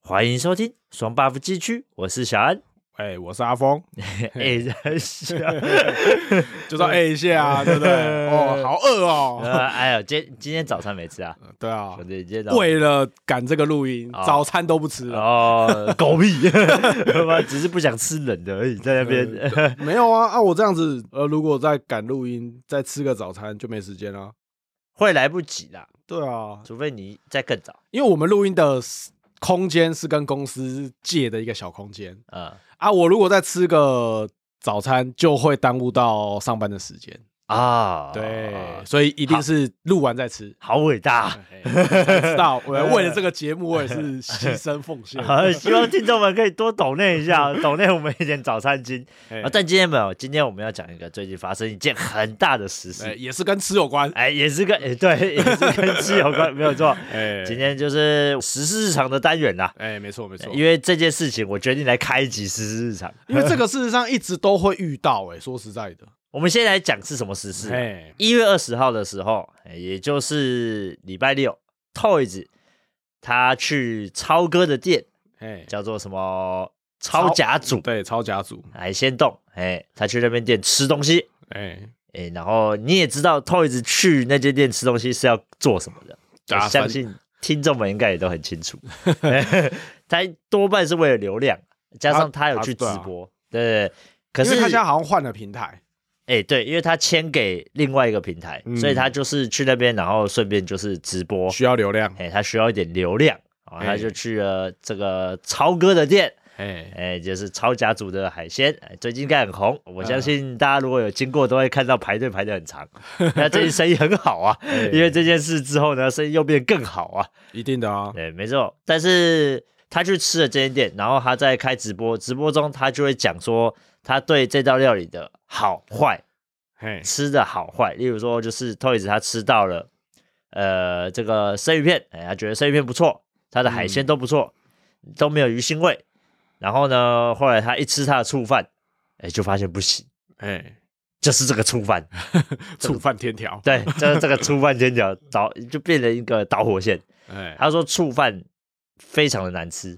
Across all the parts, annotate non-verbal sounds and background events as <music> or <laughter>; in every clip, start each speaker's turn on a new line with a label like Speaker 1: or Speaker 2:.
Speaker 1: 欢迎收听双 buff 街区，我是小
Speaker 2: <laughs>
Speaker 1: 安。
Speaker 2: 哎，我是阿峰，
Speaker 1: 哎，在笑，<laughs>
Speaker 2: 就说哎一下啊，对不对？哦，好饿哦。
Speaker 1: 呃哎呦，今今天早餐没吃啊？
Speaker 2: 对啊
Speaker 1: 兄，弟，今天早
Speaker 2: 为了赶这个录音，
Speaker 1: 哦
Speaker 2: 早餐都不吃了。
Speaker 1: 哦，狗
Speaker 2: <laughs>
Speaker 1: 屁，他妈只是不想吃冷的而已，在那边。
Speaker 2: 呃
Speaker 1: <laughs>
Speaker 2: 没有啊啊！我这样子，呃，如果再赶录音，再吃个早餐就没时间了。
Speaker 1: 会来不及啦，
Speaker 2: 对啊，
Speaker 1: 除非你再更早。
Speaker 2: 因为我们录音的 s- 空间是跟公司借的一个小空间
Speaker 1: 嗯
Speaker 2: 啊，我如果再吃个早餐，就会耽误到上班的时间。
Speaker 1: 啊，
Speaker 2: 对，，所以一定是录完再吃。
Speaker 1: 好伟
Speaker 2: <laughs>
Speaker 1: 大。
Speaker 2: 嘿才知道，我为了这个节目，我也是牺牲奉
Speaker 1: <laughs>
Speaker 2: 献。
Speaker 1: 啊，希望听众们可以多抖内一
Speaker 2: <laughs>
Speaker 1: 下，抖内我们一点早餐金
Speaker 2: 嘿
Speaker 1: 啊。但今天没有，今天我们要讲一个最近发生一件很大的实
Speaker 2: 哎
Speaker 1: 事，
Speaker 2: 也是跟吃有关。
Speaker 1: 哎，也是跟哎对，也是跟吃有关，没有错。
Speaker 2: 哎
Speaker 1: 今天就是时事日常的单元啦，
Speaker 2: 哎，没错没错，因
Speaker 1: 因
Speaker 2: 为
Speaker 1: 为这件事情，我决定来开一集时事日常。
Speaker 2: 因为这个事实上一直都会遇到。哎，说实在的，
Speaker 1: 我们先来讲是什啊么时事。
Speaker 2: 哎，
Speaker 1: 一月二十号的时候，哎也就是礼拜六，Toys 他去超哥的店，
Speaker 2: 哎，
Speaker 1: 叫做什么超甲组
Speaker 2: 对超甲组，
Speaker 1: 海鲜冻，哎，他去那边店吃东西。
Speaker 2: 哎，
Speaker 1: 哎，然后你也知道，Toys 去那间店吃东西是要做什么的，
Speaker 2: 打
Speaker 1: 我相
Speaker 2: 分
Speaker 1: 信听众们应该也都很清
Speaker 2: <laughs>
Speaker 1: 楚。他多半是为了流量，加
Speaker 2: 啊
Speaker 1: 上他有去直
Speaker 2: 他他
Speaker 1: 播，对对对。可
Speaker 2: 因
Speaker 1: 是
Speaker 2: 为他现在好像换了平台，
Speaker 1: 哎、对，因为他签给另外一个平台，
Speaker 2: 嗯
Speaker 1: 所以他就是去那边，然后顺便就是直播。
Speaker 2: 需要流量。
Speaker 1: 哎、他需要一点流量，然后他
Speaker 2: 哎
Speaker 1: 就去了这个超哥的店，
Speaker 2: 哎，
Speaker 1: 哎、就是超甲组的海鲜，哎最近应该很红。我相
Speaker 2: 嗯
Speaker 1: 信大家如果有经过，都会看到排队排的很长。那最近生意很好啊，
Speaker 2: 哎
Speaker 1: 因为这件事之后呢，生意又变更好啊。
Speaker 2: 一定的啊。
Speaker 1: 对，没错。但是他去吃了这间店，然后他在开直播，直播中他就会讲说他对这道料理的好坏。
Speaker 2: 嘿，
Speaker 1: 吃的好坏，例如说就是 Toys 他吃到了呃这个生鱼片，哎，他觉得生鱼片不错，他的海
Speaker 2: 嗯
Speaker 1: 鲜都不错，都没有鱼腥味。然后呢，后来他一吃他的醋饭，哎，就发现不行，
Speaker 2: 哎，
Speaker 1: 就是这个醋饭，
Speaker 2: 触犯天条。
Speaker 1: 对，这这个醋饭煎饺导就变成一个导火线。
Speaker 2: 哎，
Speaker 1: 他说醋饭非常的难吃，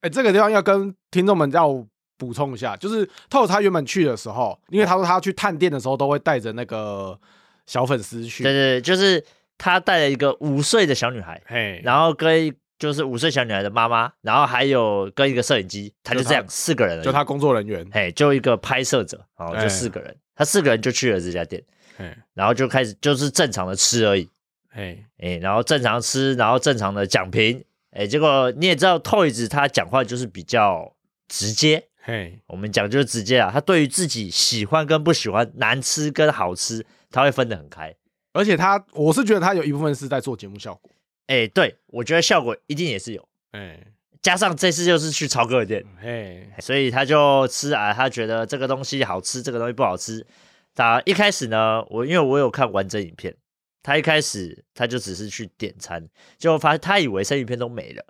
Speaker 2: 哎，这个地方要跟听众们要补充一下，就是透他原本去的时候，因为他说他去探店的时候都会带着那个小粉丝去。
Speaker 1: 对对，对就是他带了一个五岁的小女孩，
Speaker 2: 嘿，
Speaker 1: 然后跟就是五岁小女孩的妈妈，然后还有跟一个摄影机，他就
Speaker 2: 就他
Speaker 1: 这样四个人而已，
Speaker 2: 就他工作人员。
Speaker 1: 嘿，就一个拍摄者，哦，
Speaker 2: 哎
Speaker 1: 就四个人，他四个人就去了这家店，
Speaker 2: 嘿，
Speaker 1: 然后就开始就是正常的吃而已，
Speaker 2: 嘿，
Speaker 1: 哎，然后正常吃，然后正常的讲评，哎，结果你也知道，Toys 他讲话就是比较直接，
Speaker 2: 嘿，
Speaker 1: 我们讲就是直接啊，他对于自己喜欢跟不喜欢、难吃跟好吃，他会分得很开。
Speaker 2: 而且他，我是觉得他有一部分是在做节目效果。
Speaker 1: 哎，对我觉得效果一定也是有，
Speaker 2: 哎，
Speaker 1: 加上这次就是去超哥的店，
Speaker 2: 嘿，
Speaker 1: 所以他就吃啊，他觉得这个东西好吃，这个东西不好吃。他一开始呢，我因为我有看完整影片，他一开始他就只是去点餐，结果发现他以为生鱼片都没了，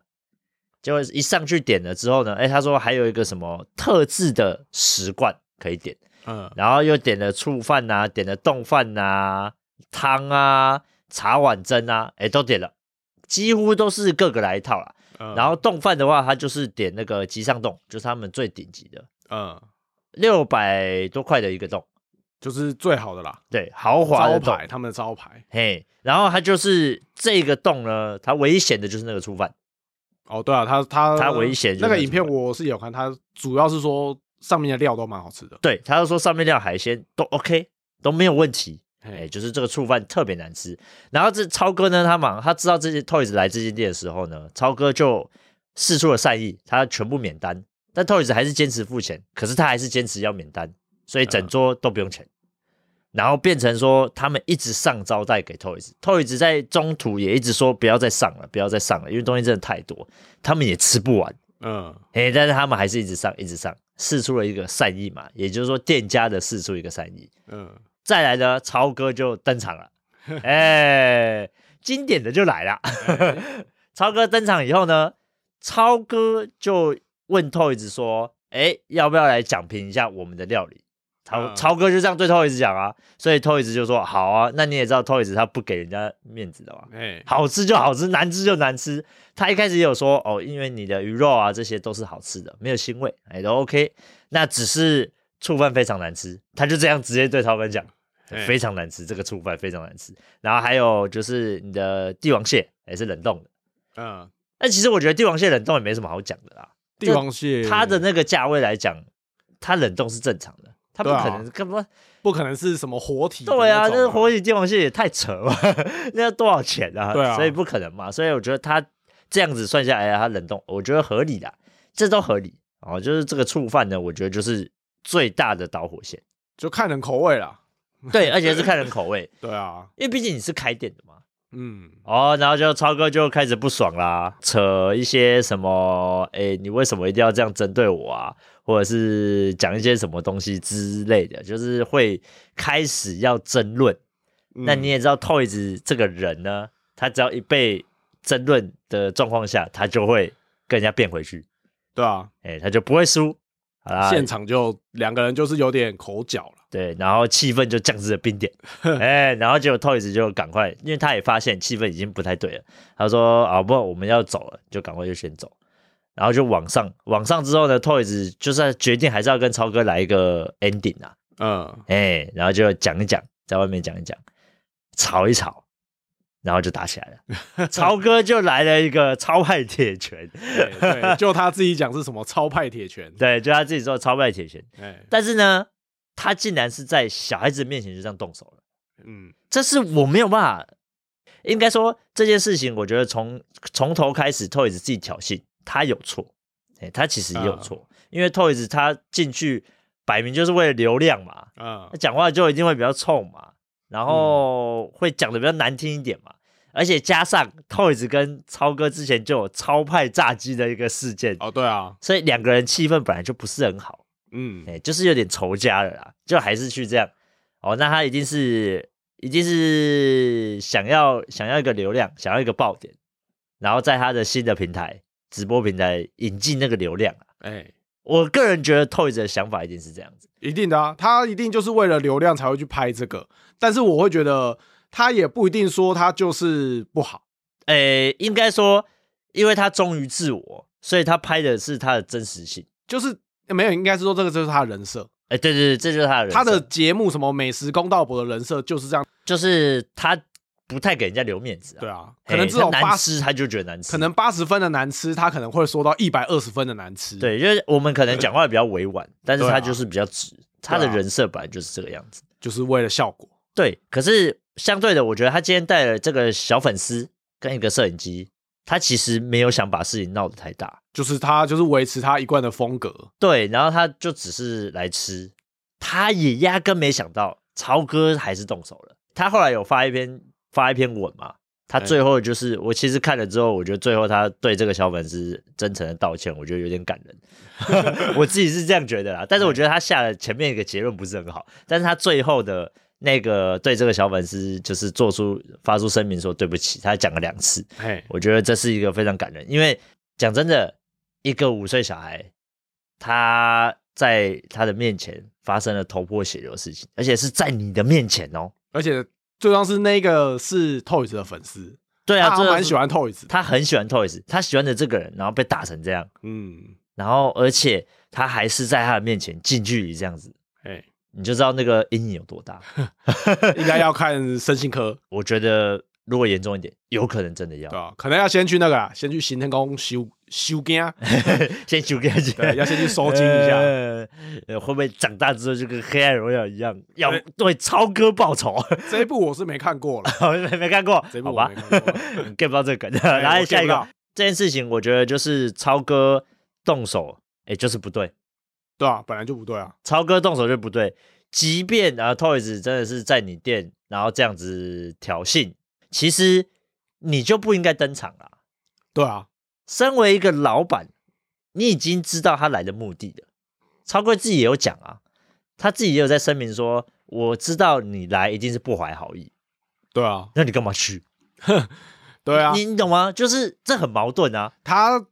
Speaker 1: 结果一上去点了之后呢，哎，他说还有一个什么特制的食罐可以点，
Speaker 2: 嗯，
Speaker 1: 然后又点了醋饭呐、啊点了冻饭呐、汤啊、茶碗蒸啊，哎，都点了，几乎都是各个来一套啦。然
Speaker 2: 后，
Speaker 1: 后冻饭的话，它就是点那个极上冻，就是他们最顶级的，
Speaker 2: 嗯，
Speaker 1: 六百多块的一个冻，
Speaker 2: 就是最好的啦，
Speaker 1: 对，豪华
Speaker 2: 招
Speaker 1: 的冻，
Speaker 2: 牌，他们的招牌。
Speaker 1: 嘿，然后它就是这个冻呢，它危险的就是那个触犯，
Speaker 2: 哦，对啊，他他
Speaker 1: 他危险就是
Speaker 2: 那个
Speaker 1: 那种
Speaker 2: 影片我是有看，他主要是说上面的料都蛮好吃的。
Speaker 1: 对，他就说上面料海鲜都 OK，都没有问题，哎，
Speaker 2: 嘿，
Speaker 1: 就是这个触犯特别难吃。然后这超哥呢，他忙，他知道这些 Toys 来这间店的时候呢，超哥就试出了善意，他全部免单，但 Toys 还是坚持付钱，可是他还是坚持要免单，所以整桌都不用钱。然后变成说，他们一直上招待给 Toys，Toys 在中途也一直说不要再上了，不要再上了，因为东西真的太多，他们也吃不完。
Speaker 2: 嗯，
Speaker 1: 哎，但是他们还是一直上，一直上，试出了一个善意嘛，也就是说店家的试出一个善意。
Speaker 2: 嗯，
Speaker 1: 再来呢，超哥就登场了，哎，经典的就来了。 <laughs> 超哥登场以后呢，超哥就问 Toys 说：“哎，要不要来讲评一下我们的料理？”超
Speaker 2: 嗯
Speaker 1: 超哥就这样对 Toys 讲啊，所以 Toys 就说好啊，那你也知道 Toys 他不给人家面子的嘛，
Speaker 2: 哎，
Speaker 1: 好吃就好吃，难吃就难吃。他一开始也有说哦，因为你的鱼肉啊这些都是好吃的，没有腥味，哎都 OK。那只是醋饭非常难吃，他就这样直接对超哥讲，
Speaker 2: 哎
Speaker 1: 非常难吃，这个醋饭非常难吃。然后还有就是你的帝王蟹也是冷冻的，
Speaker 2: 嗯，
Speaker 1: 但其实我觉得帝王蟹冷冻也没什么好讲的啦，
Speaker 2: 帝王蟹
Speaker 1: 它的那个价位来讲，它冷冻是正常的。它不
Speaker 2: 对啊
Speaker 1: 可能，干嘛？
Speaker 2: 不可能是什么活体的
Speaker 1: 对啊，
Speaker 2: 那
Speaker 1: 那
Speaker 2: 种
Speaker 1: 活体帝王蟹也太扯了，那要多少钱啊？
Speaker 2: 对啊
Speaker 1: 所以不可能嘛。所以我觉得它这样子算下来，啊它冷冻，我觉得合理的，这都合理哦。就是这个触犯呢，我觉得就是最大的导火线。
Speaker 2: 就看人口味啦。
Speaker 1: 对，而且是看人口味，
Speaker 2: 对啊，
Speaker 1: 因为毕竟你是开店的嘛。
Speaker 2: 嗯，
Speaker 1: 哦，然后就超哥就开始不爽啦，扯一些什么，哎，你为什么一定要这样针对我啊？或者是讲一些什么东西之类的，就是会开始要争论。那
Speaker 2: 嗯
Speaker 1: 你也知道，Toys 这个人呢，他只要一被争论的状况下，他就会跟人家变回去，
Speaker 2: 对啊，
Speaker 1: 哎，他就不会输。好啦，
Speaker 2: 现场就两个人就是有点口角了。
Speaker 1: 对，然后气氛就降至了冰点，哎，然后结果 Toys 就赶快，因为他也发现气氛已经不太对了，他说啊，不，我们要走了，就赶快就先走，然后就往上，往上之后呢，Toys 就是决定还是要跟超哥来一个 ending 啊，
Speaker 2: 嗯，
Speaker 1: 哎，然后就讲一讲，在外面讲一讲，吵一吵，然后就打起来了，超哥就来了一个超派铁拳，
Speaker 2: 对， <laughs> 对就他自己讲是什么超派铁拳，
Speaker 1: 对，就他自己说超派铁拳，
Speaker 2: 哎，
Speaker 1: 但是呢，他竟然是在小孩子面前就这样动手了。
Speaker 2: 嗯，
Speaker 1: 这是我没有办法。应该说这件事情，我觉得从从头开始，Toys 自己挑衅，他有错，哎、他其实也有错，因为 Toys 他进去摆明就是为了流量嘛，
Speaker 2: 嗯
Speaker 1: 他，讲话就一定会比较冲嘛，然后会讲的比较难听一点嘛，而且加上 Toys 跟超哥之前就有超派炸鸡的一个事件，
Speaker 2: <laughs> 哦，对啊，
Speaker 1: 所以两个人气氛本来就不是很好。
Speaker 2: 嗯
Speaker 1: 哎、就是有点仇家了啦，就还是去这样。哦，那他一定是一定是想要想要一个流量，想要一个爆点，然后在他的新的平台直播平台引进那个流量啊。
Speaker 2: 哎，
Speaker 1: 我个人觉得 Toys 的想法一定是这样子，
Speaker 2: 一定的啊，他一定就是为了流量才会去拍这个，但是我会觉得他也不一定说他就是不好，
Speaker 1: 哎、应该说，因为他忠于自我，所以他拍的是他的真实性。
Speaker 2: 就是没有，应该是说这个就是他的人设，
Speaker 1: 哎、对对对，这就是他的人设
Speaker 2: 他的节目什么美食公道博的人设就是这样，
Speaker 1: 就是他不太给人家留面子啊。
Speaker 2: 对啊，
Speaker 1: 哎
Speaker 2: 可能这种
Speaker 1: 他
Speaker 2: 八
Speaker 1: 难
Speaker 2: 十，
Speaker 1: 吃他就觉得难吃，
Speaker 2: 可能八十分的难吃，他可能会说到一百二十分的难吃，，
Speaker 1: 对，就是我们可能讲话比较委婉，但是
Speaker 2: 对啊
Speaker 1: 他就是比较直，他的
Speaker 2: 对啊
Speaker 1: 人设本来就是这个样子。
Speaker 2: 就是为了效果，
Speaker 1: 对，可是相对的，我觉得他今天带了这个小粉丝跟一个摄影机，他其实没有想把事情闹得太大。
Speaker 2: 就是他就是维持他一贯的风格，
Speaker 1: 对，然后他就只是来吃，他也压根没想到曹哥还是动手了。他后来有发一篇发一篇文嘛，他最后就是、我其实看了之后，我觉得最后他对这个小粉丝真诚的道歉，我觉得有点感人，我自己是这样觉得啦。但是我觉得他下了前面一个结论不是很好，但是他最后的。那个对这个小粉丝就是做出发出声明说对不起，他讲了两次，
Speaker 2: 嘿，
Speaker 1: 我觉得这是一个非常感人，因为讲真的，一个五岁小孩，他在他的面前发生了头破血流的事情，而且是在你的面前哦。
Speaker 2: 而且最重要是那个是 Toys 的粉丝，
Speaker 1: 对啊，
Speaker 2: 他
Speaker 1: 这
Speaker 2: 蛮喜
Speaker 1: 欢，
Speaker 2: 欢 Toys，的
Speaker 1: 他很喜欢 Toys，他喜欢的这个人，然后被打成这样，
Speaker 2: 嗯，
Speaker 1: 然后而且他还是在他的面前近距离这样子，
Speaker 2: 哎，
Speaker 1: 你就知道那个阴影有多大。
Speaker 2: 应该要看身心科，
Speaker 1: 我觉得如果严重一点，有可能真的要
Speaker 2: 对吧、可能要先去那个啊，先去行天宫修修肝，
Speaker 1: <laughs> 先修改一下
Speaker 2: 对，要先去收精一下。
Speaker 1: 呃，呃会不会长大之后就跟黑暗荣耀一样，要对超哥报仇？ <laughs>
Speaker 2: 这一部我是没看过了，
Speaker 1: 没没看过
Speaker 2: 这一，部
Speaker 1: 好
Speaker 2: 我
Speaker 1: 吧
Speaker 2: 没看过。
Speaker 1: <laughs>
Speaker 2: 哎
Speaker 1: ，get 不到这个
Speaker 2: <laughs>
Speaker 1: 梗。然后下一
Speaker 2: 我 get 不
Speaker 1: 个
Speaker 2: 到
Speaker 1: 这件事情，我觉得就是超哥动手，哎，就是不对，
Speaker 2: 对啊，本来就不对啊，
Speaker 1: 超哥动手就不对。即便啊，Toys 真的是在你店，然后这样子挑衅，其实你就不应该登场啦。
Speaker 2: 对啊，
Speaker 1: 身为一个老板，你已经知道他来的目的了。超哥自己也有讲啊，他自己也有在声明说，我知道你来一定是不怀好意，
Speaker 2: 对啊，
Speaker 1: 那你干嘛去？
Speaker 2: 对啊。
Speaker 1: 你你懂吗？就是这很矛盾啊。
Speaker 2: 他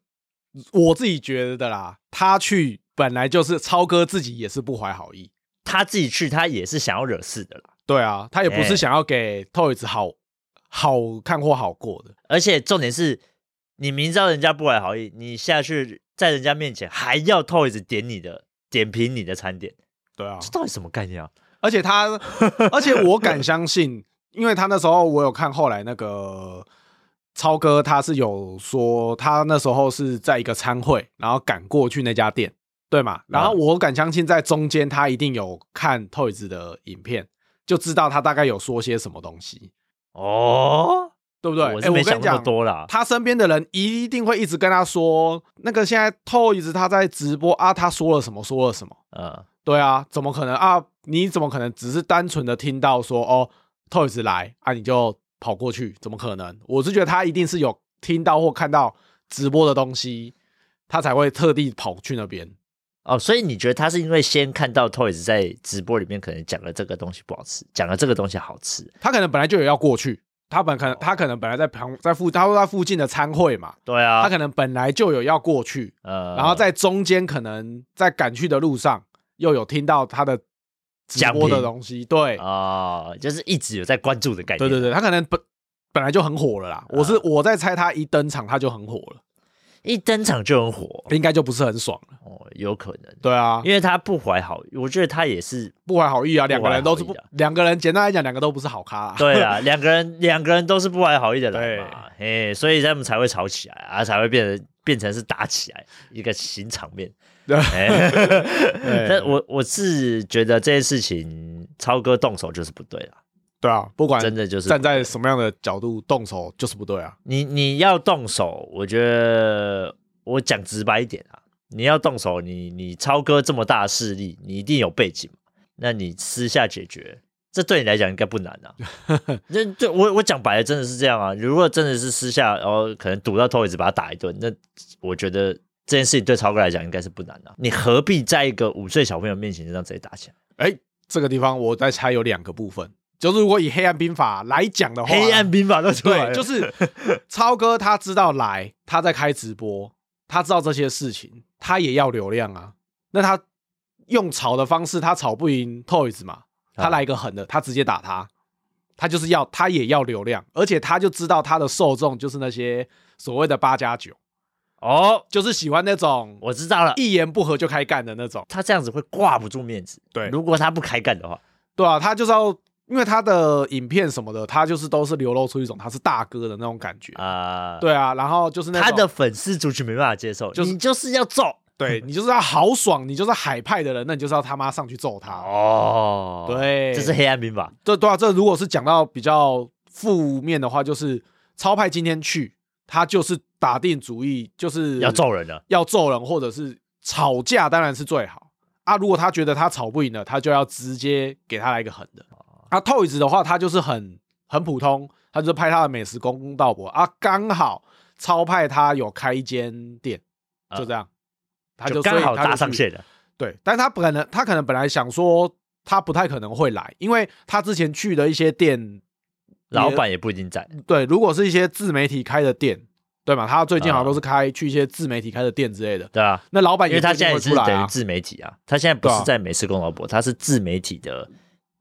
Speaker 2: 我自己觉得啦，他去本来就是超哥自己也是不怀好意，
Speaker 1: 他自己去，他也是想要惹事的啦。
Speaker 2: 对啊，他也不
Speaker 1: 哎
Speaker 2: 是想要给 Toys 好好看或好过的，
Speaker 1: 而且重点是，你明知道人家不怀好意，你下去在人家面前还要 Toys 点你的点评你的餐点，
Speaker 2: 对啊，
Speaker 1: 这到底什么概念啊？
Speaker 2: 而
Speaker 1: <laughs>
Speaker 2: 且他，而且我敢相信，因为他那时候我有看后来那个超哥，他是有说他那时候是在一个餐会，然后赶过去那家店，对嘛？
Speaker 1: 嗯
Speaker 2: 然后我敢相信，在中间他一定有看 Toys 的影片，就知道他大概有说些什么东西，
Speaker 1: 哦，
Speaker 2: 对不对？
Speaker 1: 我
Speaker 2: 诶
Speaker 1: 是没
Speaker 2: 我跟
Speaker 1: 想
Speaker 2: 你
Speaker 1: 那么
Speaker 2: 讲，
Speaker 1: 多啦。
Speaker 2: 他身边的人一定会一直跟他说，那个现在 Toys 他在直播啊，他说了什么，说了什么。
Speaker 1: 嗯，
Speaker 2: 对啊，怎么可能啊？你怎么可能只是单纯的听到说哦，Toys 来啊，你就跑过去？怎么可能？我是觉得他一定是有听到或看到直播的东西，他才会特地跑去那边。
Speaker 1: 哦，所以你觉得他是因为先看到 Toys 在直播里面可能讲了这个东西不好吃，讲了这个东西好吃，
Speaker 2: 他可能本来就有要过去，他本
Speaker 1: 哦
Speaker 2: 可能他可能本来在旁在附，他说他附近的餐会嘛，
Speaker 1: 对啊，
Speaker 2: 他可能本来就有要过去，
Speaker 1: 呃，
Speaker 2: 然后在中间可能在赶去的路上又有听到他的直播
Speaker 1: 奖
Speaker 2: 的
Speaker 1: 品
Speaker 2: 东西，对，
Speaker 1: 哦，就是一直有在关注的感觉。
Speaker 2: 对对对，他可能本本来就很火了啦。我
Speaker 1: 嗯
Speaker 2: 是我在猜，他一登场他就很火了，
Speaker 1: 一登场就很火
Speaker 2: 应该就不是很爽了。
Speaker 1: 哦，有可能，
Speaker 2: 对啊，
Speaker 1: 因为他不怀好意，我觉得他也是
Speaker 2: 不怀好意啊，两个人都是
Speaker 1: 不
Speaker 2: 不
Speaker 1: 怀好意啊
Speaker 2: 两个人，简单来讲，两个都不是好咖啦。
Speaker 1: 对啦，两个人两个人都是不怀好意的人嘛，哎，所以他们才会吵起来啊，才会变成变成是打起来一个新场面。
Speaker 2: <laughs> 对
Speaker 1: 哎
Speaker 2: 对
Speaker 1: <laughs> 但我我是觉得这件事情超哥动手就是不对了，
Speaker 2: 对啊，不管
Speaker 1: 真的就是
Speaker 2: 站在什么样的角度动手就是不对啊。
Speaker 1: 你你要动手，我觉得我讲直白一点啊，你要动手，你你超哥这么大势力，你一定有背景嘛，那你私下解决，这对你来讲应该不难
Speaker 2: <laughs>
Speaker 1: 啊。那对我我讲白了，真的是这样啊。如果真的是私下，然后可能堵到头一直把他打一顿，那我觉得这件事情对超哥来讲应该是不难啊。你何必在一个五岁小朋友面前就让直接打起来？
Speaker 2: 哎，这个地方我在猜有两个部分，就是如果以黑暗兵法来讲的话，
Speaker 1: 黑暗兵法都出来
Speaker 2: 啊 <laughs>
Speaker 1: 了，
Speaker 2: 对，就是超哥他知道来，他在开直播，他知道这些事情，他也要流量啊。那他用吵的方式，他吵不赢 Toys 嘛，他
Speaker 1: 啊
Speaker 2: 来一个狠的，他直接打他，他就是要他也要流量，而且他就知道他的受众就是那些所谓的八加九，
Speaker 1: 哦，
Speaker 2: 就是喜欢那种
Speaker 1: 我知道了。
Speaker 2: 一言不合就开干的那种。
Speaker 1: 他这样子会挂不住面子，
Speaker 2: 对
Speaker 1: 如果他不开干的话，
Speaker 2: 对啊，他就是要。因为他的影片什么的，他就是都是流露出一种他是大哥的那种感觉，
Speaker 1: 啊、
Speaker 2: 对啊，然后就是那种
Speaker 1: 他的粉丝族群没办法接受，
Speaker 2: 就是
Speaker 1: 你就是要揍
Speaker 2: <laughs> 对你就是要豪爽，你就是海派的人，那你就是要他妈上去揍他。
Speaker 1: 哦，，
Speaker 2: 对，
Speaker 1: 这是黑暗兵法，
Speaker 2: 这对啊，这如果是讲到比较负面的话，就是超派今天去，他就是打定主意，就是
Speaker 1: 要揍人了。
Speaker 2: 要揍人，或者是吵架，当然是最好啊。如果他觉得他吵不赢了，他就要直接给他来一个狠的。
Speaker 1: 哦
Speaker 2: 啊，Toys 的话，他就是很很普通，他就是拍他的美食公公道博啊，刚好超派他有开一间店，
Speaker 1: 啊
Speaker 2: 就这样，他
Speaker 1: 就
Speaker 2: 所以
Speaker 1: 刚好
Speaker 2: 他就
Speaker 1: 搭上
Speaker 2: 去
Speaker 1: 线了，
Speaker 2: 对，但他本来他可能本来想说他不太可能会来，因为他之前去的一些店，
Speaker 1: 老板也不一定在。
Speaker 2: 对，如果是一些自媒体开的店，对嘛？他最近好
Speaker 1: 啊
Speaker 2: 像都是开、去一些自媒体开的店之类的，
Speaker 1: 对啊，
Speaker 2: 那老板
Speaker 1: 因
Speaker 2: 也
Speaker 1: 为
Speaker 2: 不
Speaker 1: 他
Speaker 2: 一定
Speaker 1: 现在
Speaker 2: 会
Speaker 1: 也
Speaker 2: 出
Speaker 1: 是
Speaker 2: 来
Speaker 1: 等于
Speaker 2: 啊。
Speaker 1: 自媒体啊，他现在不
Speaker 2: 对啊
Speaker 1: 是在美式公劳博，他是自媒体的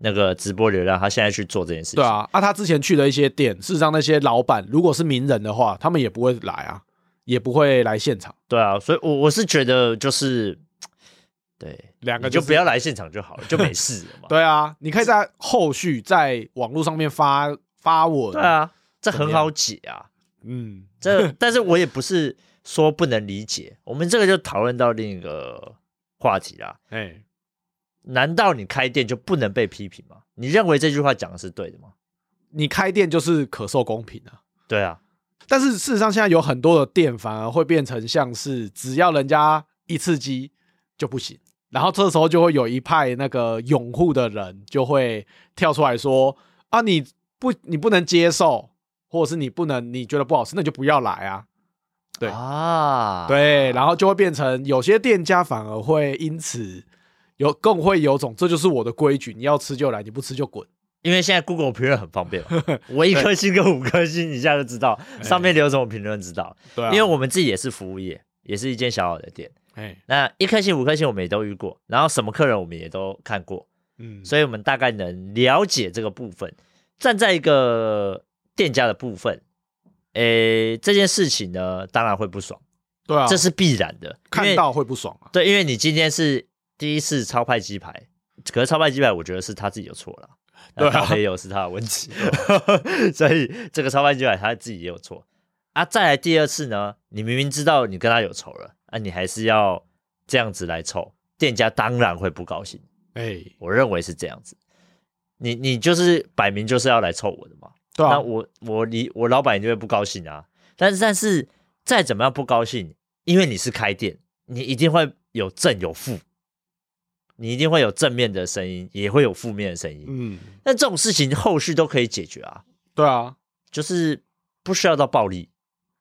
Speaker 1: 那个直播流量，他现在去做这件事情。
Speaker 2: 对，啊，啊，他之前去的一些店，事实上那些老板如果是名人的话，他们也不会来啊，也不会来现场。
Speaker 1: 对啊，所以我我是觉得就是，对，
Speaker 2: 两个
Speaker 1: 你就是不要来现场就好了，就没事了嘛。
Speaker 2: <laughs> 对啊，你可以在后续在网络上面发发文。
Speaker 1: 对，啊，这
Speaker 2: 怎么
Speaker 1: 很
Speaker 2: 样
Speaker 1: 好解啊。
Speaker 2: 嗯，
Speaker 1: 这， <laughs> 但是我也不是说不能理解。我们这个就讨论到另一个话题啦。
Speaker 2: 哎、
Speaker 1: 难道你开店就不能被批评吗？你认为这句话讲的是对的吗？
Speaker 2: 你开店就是可受公平啊。
Speaker 1: 对啊，
Speaker 2: 但是事实上，现在有很多的店反而会变成像是只要人家一刺激就不行，然后这时候就会有一派那个拥护的人就会跳出来说啊，你不你不能接受，或者是你不能你觉得不好吃，那你就不要来啊。对
Speaker 1: 啊，
Speaker 2: 对，然后就会变成有些店家反而会因此有更会有种这就是我的规矩，你要吃就来，你不吃就滚。
Speaker 1: 因为现在 Google 评论很方
Speaker 2: <laughs>
Speaker 1: 便嘛，我一颗星跟五颗星，你一下就知道上面留什么评论，知道。
Speaker 2: 哎对啊
Speaker 1: 因为我们自己也是服务业，也是一间小小的店，
Speaker 2: 哎
Speaker 1: 那一颗星、五颗星我们也都遇过，然后什么客人我们也都看过，
Speaker 2: 嗯，
Speaker 1: 所以我们大概能了解这个部分。站在一个店家的部分，诶，这件事情呢，当然会不爽，
Speaker 2: 对啊，
Speaker 1: 这是必然的。因
Speaker 2: 看
Speaker 1: 为
Speaker 2: 到会不爽啊。
Speaker 1: 对，因为你今天是第一次超派鸡排，可是超派鸡排，我觉得是他自己有错了。
Speaker 2: <laughs> 对啊
Speaker 1: 咖啡有是他的问题， <laughs> 所以这个超派鸡排他自己也有错啊。再来第二次呢，你明明知道你跟他有仇了，啊，你还是要这样子来凑，店家当然会不高兴。
Speaker 2: 哎，
Speaker 1: 我认为是这样子，你你就是摆明就是要来凑我的嘛。
Speaker 2: 对
Speaker 1: 那
Speaker 2: 啊，
Speaker 1: 我我离我老板就会不高兴啊。但是但是再怎么样不高兴，因为你是开店，你一定会有正有负，你一定会有正面的声音，也会有负面的声音。
Speaker 2: 嗯，
Speaker 1: 那、这种事情后续都可以解决啊，
Speaker 2: 对啊，
Speaker 1: 就是不需要到暴力，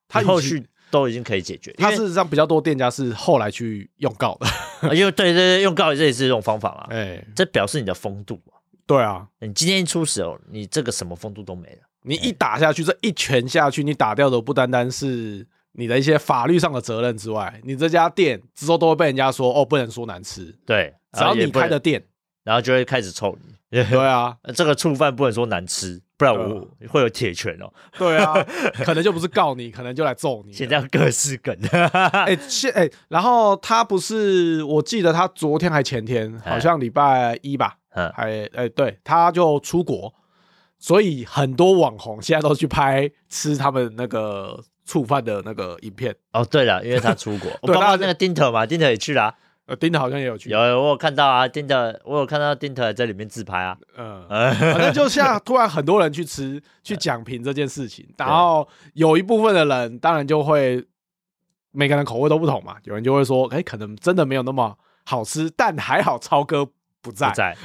Speaker 2: 他
Speaker 1: 你后
Speaker 2: 已经
Speaker 1: 续都已经可以解决。因
Speaker 2: 他
Speaker 1: 为
Speaker 2: 事实上比较多店家是后来去用告的。
Speaker 1: 呃因为对对对，用告这也是一种方法嘛，
Speaker 2: 哎，
Speaker 1: 这表示你的风度嘛。
Speaker 2: 对啊，
Speaker 1: 你今天一出手，你这个什么风度都没了。
Speaker 2: 你一打下去，这一拳下去，你打掉的不单单是你的一些法律上的责任之外，你这家店之后都会被人家说哦，不能说难吃，
Speaker 1: 对，
Speaker 2: 只要
Speaker 1: 啊然后也
Speaker 2: 你
Speaker 1: 不能
Speaker 2: 开
Speaker 1: <laughs>
Speaker 2: 的，店，
Speaker 1: 然后就会开始臭你。 <laughs>
Speaker 2: 对啊，
Speaker 1: 呃这个触犯不能说难吃，不然我会有铁拳哦。
Speaker 2: 对啊，可能就不是告你，可能就来揍你。
Speaker 1: 现在各式梗， <laughs>
Speaker 2: <laughs> 哎，现哎，然后他不是，我记得他昨天还前天，
Speaker 1: 哎
Speaker 2: 好像礼拜一吧，
Speaker 1: 嗯，
Speaker 2: 还哎，对，他就出国，所以很多网红现在都去拍吃他们那个触犯的那个影片。
Speaker 1: 哦，对了，因为他
Speaker 2: <laughs>
Speaker 1: 出国，我刚
Speaker 2: 大家
Speaker 1: 刚那个丁特嘛，丁特也去啦，
Speaker 2: 呃，丁的好像也有去，
Speaker 1: 有我有看到啊，丁特，我有看到丁特在里面自拍啊， <laughs>
Speaker 2: 嗯，
Speaker 1: 呃
Speaker 2: 反正就像突然很多人去吃
Speaker 1: <laughs>
Speaker 2: 去讲评这件事情，然后有一部分的人当然就会每个人口味都不同嘛，有人就会说，哎、可能真的没有那么好吃，但还好超哥不在，
Speaker 1: 不在，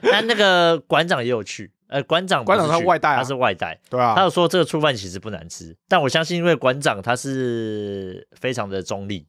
Speaker 1: <laughs> 但那个馆长也有去，呃，馆长不是
Speaker 2: 哎馆长他
Speaker 1: 去
Speaker 2: 外带啊
Speaker 1: 他是外带，
Speaker 2: 对
Speaker 1: 他
Speaker 2: 啊，
Speaker 1: 有说这个触犯其实不难吃，但我相信因为馆长他是非常的中立，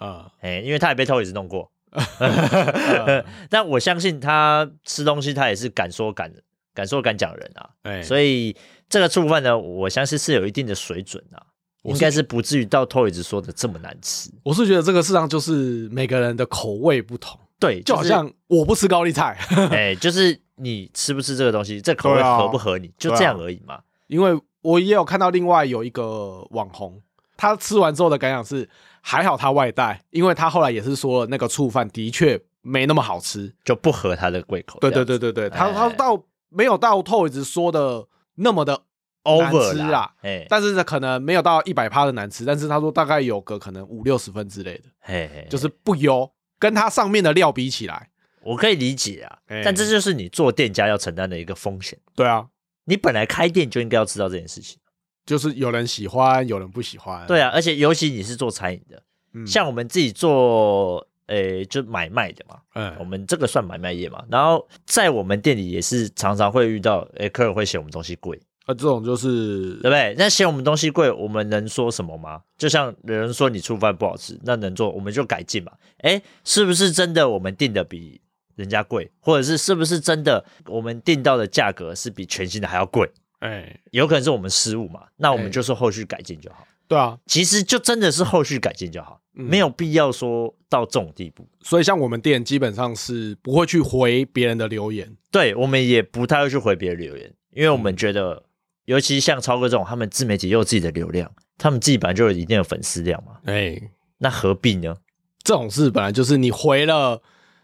Speaker 2: 嗯，
Speaker 1: 哎，因为他也被偷也是弄过， <laughs>
Speaker 2: 嗯
Speaker 1: 但我相信他吃东西他也是敢说敢敢说敢讲的人啊，
Speaker 2: 哎、
Speaker 1: 所以这个触犯呢，我相信是有一定的水准啊，
Speaker 2: 我
Speaker 1: 应
Speaker 2: 是
Speaker 1: 该是不至于到 Toys 说的这么难吃。
Speaker 2: 我是觉得这个市场就是每个人的口味不同，
Speaker 1: 对，
Speaker 2: 就好
Speaker 1: 是
Speaker 2: 像我不吃高丽菜， <laughs>
Speaker 1: 哎、就是你吃不吃这个东西，这口味
Speaker 2: 对啊啊
Speaker 1: 合不合你，就这样而已嘛。
Speaker 2: 因为我也有看到另外有一个网红，他吃完之后的感想是，还好他外带，因为他后来也是说了那个醋饭的确没那么好吃。
Speaker 1: 就不合他的胃口。
Speaker 2: 对对
Speaker 1: 这样子
Speaker 2: 对对对，他
Speaker 1: 哎
Speaker 2: 他到没有到透一直说的那么的
Speaker 1: ，over
Speaker 2: 难吃
Speaker 1: 啦
Speaker 2: 啦，
Speaker 1: 哎
Speaker 2: 但是呢可能没有到一百趴的难吃，但是他说大概有个可能五六十分之类的，
Speaker 1: 嘿嘿，
Speaker 2: 就是不优，跟他上面的料比起来，
Speaker 1: 我可以理解啊，
Speaker 2: 哎
Speaker 1: 但这就是你做店家要承担的一个风险。
Speaker 2: 对啊，
Speaker 1: 你本来开店就应该要知道这件事情，
Speaker 2: 嗯就是有人喜欢，有人不喜欢，
Speaker 1: 对啊，而且尤其你是做餐饮的，
Speaker 2: 嗯，
Speaker 1: 像我们自己做，诶、就买卖的嘛，我
Speaker 2: 嗯
Speaker 1: 们这个算买卖业嘛，然后在我们店里也是常常会遇到，诶，客人会嫌我们东西贵，
Speaker 2: 啊这种就是
Speaker 1: 对不对？那嫌我们东西贵，我们能说什么吗？就像有人说你触饭不好吃，那能做我们就改进嘛。诶，是不是真的我们定的比人家贵，或者是是不是真的我们定到的价格是比全新的还要贵？
Speaker 2: 哎，
Speaker 1: 有可能是我们失误嘛，那我们
Speaker 2: 哎
Speaker 1: 就是后续改进就好。
Speaker 2: 对啊，
Speaker 1: 其实就真的是后续改进就好，
Speaker 2: 嗯
Speaker 1: 没有必要说到这种地步。
Speaker 2: 所以像我们店基本上是不会去回别人的留言，
Speaker 1: 对我们也不太会去回别人留言，因为我
Speaker 2: 嗯
Speaker 1: 们觉得，尤其像超哥这种，他们自媒体又有自己的流量，他们自己本来就有一定的粉丝量嘛，
Speaker 2: 哎、
Speaker 1: 那何必呢？
Speaker 2: 这种事本来就是你回了，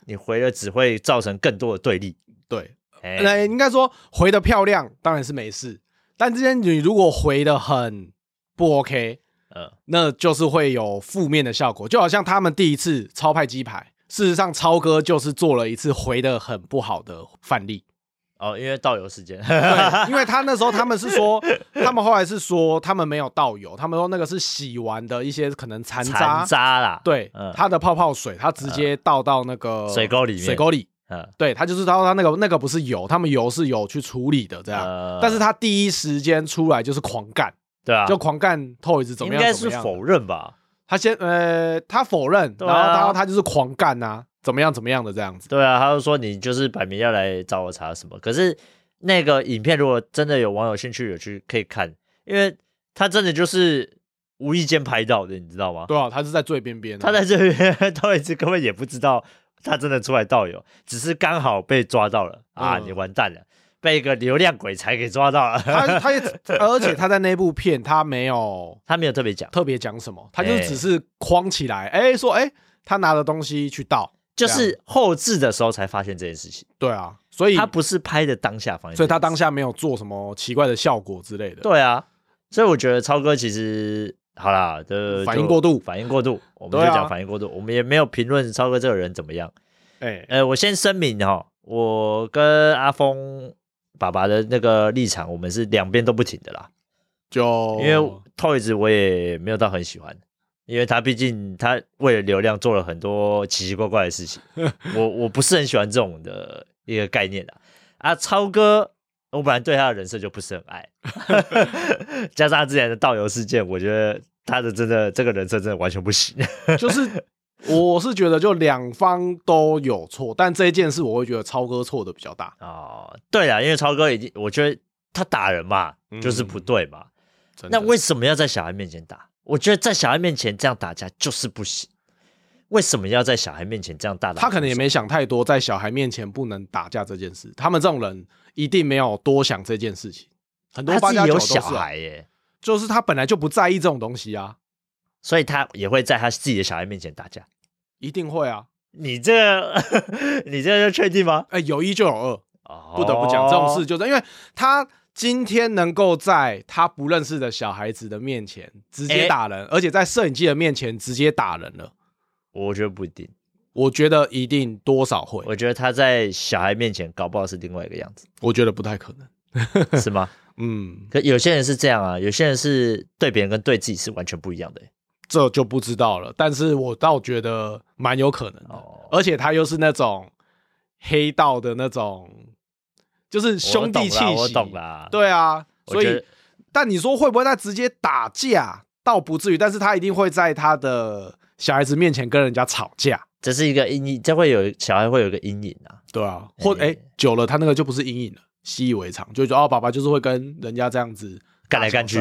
Speaker 1: 你回了只会造成更多的对立。
Speaker 2: 对，
Speaker 1: 哎、
Speaker 2: 那、应该说回的漂亮当然是没事，但之前你如果回的很不 OK，
Speaker 1: 呃，
Speaker 2: 那就是会有负面的效果，就好像他们第一次超派鸡排，事实上超哥就是做了一次回的很不好的范例，
Speaker 1: 哦，因为导游时间， <laughs>
Speaker 2: 对，因为他那时候他们是说，他们后来是说他们没有倒油，他们说那个是洗完的一些可能残渣
Speaker 1: <laughs> 残渣啦，，
Speaker 2: 对，
Speaker 1: 嗯
Speaker 2: 它的泡泡水，它直接倒到那个
Speaker 1: 水沟里面
Speaker 2: 水沟里，
Speaker 1: 嗯，
Speaker 2: 对，啊它就是倒到那个那个不是油，他们油是有去处理的这样，
Speaker 1: 呃
Speaker 2: 啊但是他第一时间出来就是狂干，
Speaker 1: 对啊，
Speaker 2: 就狂干透一次怎
Speaker 1: 应
Speaker 2: 么样
Speaker 1: 该
Speaker 2: 怎
Speaker 1: 是
Speaker 2: 么样。
Speaker 1: 否认吧？
Speaker 2: 他先呃，他否认，
Speaker 1: 对
Speaker 2: 然
Speaker 1: 啊
Speaker 2: 后然后他就是狂干啊，怎么样怎么样的这样子。
Speaker 1: 对啊，他就说你就是摆明要来找我查什么，可是那个影片如果真的有网友兴趣有去可以看，因为他真的就是无意间拍到的，你知道吗？
Speaker 2: 对啊，他是在最边边啊、
Speaker 1: 他在这边到一次根本也不知道他真的出来盗油，只是刚好被抓到了啊！
Speaker 2: 嗯
Speaker 1: 你完蛋了，被一个流量鬼才给抓到了。 <laughs>
Speaker 2: 他他也，而且他在那部片他没有
Speaker 1: 他没有特别讲，
Speaker 2: 特别讲什么，他就
Speaker 1: 哎
Speaker 2: 只是框起来，哎、说哎、他拿了东西去盗，
Speaker 1: 就是后置的时候才发现这件事情，
Speaker 2: 对啊，所以
Speaker 1: 他不是拍的当下发现这件事，
Speaker 2: 所以他当下没有做什么奇怪的效果之类的。
Speaker 1: 对啊，所以我觉得超哥其实好啦，的
Speaker 2: 反应过度
Speaker 1: 反应过度，我们
Speaker 2: 对啊
Speaker 1: 就讲反应过度，我们也没有评论超哥这个人怎么样。
Speaker 2: 哎、
Speaker 1: 呃，我先声明哈、我跟阿峰爸爸的那个立场，我们是两边都不挺的啦。
Speaker 2: 就
Speaker 1: 因为
Speaker 2: <laughs>
Speaker 1: Toys 我也没有到很喜欢，因为他毕竟他为了流量做了很多奇奇怪怪的事情，我我不是很喜欢这种的一个概念啊。啊，超哥，我本来对他的人设就不是很爱，加上他之前的盗油事件，我觉得他的真的这个人设真的完全不行。 <laughs>
Speaker 2: 就是我是觉得就两方都有错，但这一件事我会觉得超哥错的比较大。
Speaker 1: 哦，对啊，因为超哥已经，我觉得他打人嘛，就是不对嘛。
Speaker 2: 真的
Speaker 1: 那为什么要在小孩面前打？我觉得在小孩面前这样打架就是不行。为什么要在小孩面前这样大打出手？
Speaker 2: 他可能也没想太多，在小孩面前不能打架这件事，他们这种人一定没有多想这件事情。很多
Speaker 1: 他
Speaker 2: 八
Speaker 1: 自
Speaker 2: 加
Speaker 1: 己
Speaker 2: 九
Speaker 1: 有
Speaker 2: 都是
Speaker 1: 小
Speaker 2: 啊
Speaker 1: 孩耶，
Speaker 2: 就是他本来就不在意这种东西啊，
Speaker 1: 所以他也会在他自己的小孩面前打架。
Speaker 2: 一定会啊。
Speaker 1: 你这个， <laughs> 你这个确定吗？
Speaker 2: 哎、有一就有二，
Speaker 1: 哦
Speaker 2: 不得不讲、这种事，就是因为他今天能够在他不认识的小孩子的面前直接
Speaker 1: 哎
Speaker 2: 打人，而且在摄影机的面前直接打人了，
Speaker 1: 我觉得不一定。
Speaker 2: 我觉得一定多少会，
Speaker 1: 我觉得他在小孩面前搞不好是另外一个样子， <laughs>
Speaker 2: 我觉得不太可能。
Speaker 1: 是吗？
Speaker 2: 嗯，
Speaker 1: 可有些人是这样啊，有些人是对别人跟对自己是完全不一样的耶。
Speaker 2: 这就不知道了，但是我倒觉得蛮有可能的，
Speaker 1: 哦
Speaker 2: 而且他又是那种黑道的那种，就是兄弟气息，
Speaker 1: 我懂啦我懂啦
Speaker 2: 对啊，
Speaker 1: 我
Speaker 2: 所
Speaker 1: 觉
Speaker 2: 以
Speaker 1: 得
Speaker 2: 但你说会不会他直接打架，倒不至于，但是他一定会在他的小孩子面前跟人家吵架，
Speaker 1: 这是一个阴影，这会有小孩会有一个阴影啊。
Speaker 2: 对啊，或哎、
Speaker 1: 哎
Speaker 2: 久了他那个就不是阴影了，习以为常，就觉得哦，爸爸就是会跟人家这样子
Speaker 1: 干来干去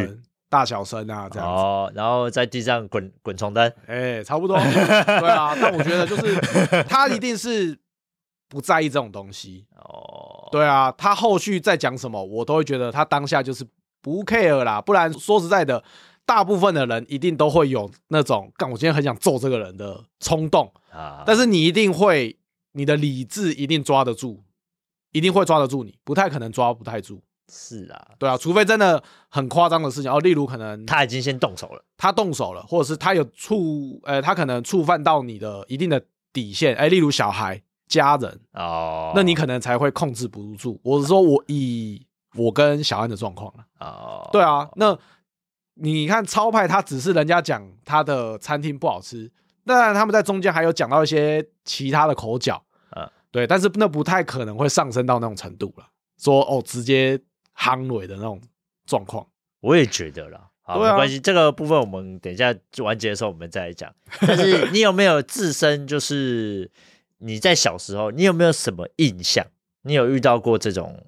Speaker 2: 大小声，大小声啊，这样子，
Speaker 1: 哦，然后在地上滚滚床单，
Speaker 2: 哎、差不多，对啊，但我觉得就是
Speaker 1: <laughs>
Speaker 2: 他一定是不在意这种东西，
Speaker 1: 哦，
Speaker 2: 对啊，他后续再讲什么，我都会觉得他当下就是不 care 啦。不然说实在的，大部分的人一定都会有那种干，我今天很想揍这个人的冲动，
Speaker 1: 啊，
Speaker 2: 但是你一定会，你的理智一定抓得住，一定会抓得住你，不太可能抓不太住。
Speaker 1: 是啊，
Speaker 2: 对啊，除非真的很夸张的事情哦，例如可能
Speaker 1: 他已经先动手了，
Speaker 2: 他动手了，或者是他有触，呃，他可能触犯到你的一定的底线，哎，例如小孩、家人，
Speaker 1: 哦，
Speaker 2: 那你可能才会控制不住。我是说，我以我跟小安的状况了，
Speaker 1: 哦，
Speaker 2: 对啊，那你看超派，他只是人家讲他的餐厅不好吃，当然他们在中间还有讲到一些其他的口角，
Speaker 1: 嗯
Speaker 2: 对，但是那不太可能会上升到那种程度了，说哦直接夯蕊的那种状况，
Speaker 1: 我也觉得啦。好，
Speaker 2: 对啊
Speaker 1: 没关系，这个部分我们等一下完结的时候我们再来讲。但是你有没有自身，就是你在小时候，你有没有什么印象？你有遇到过这种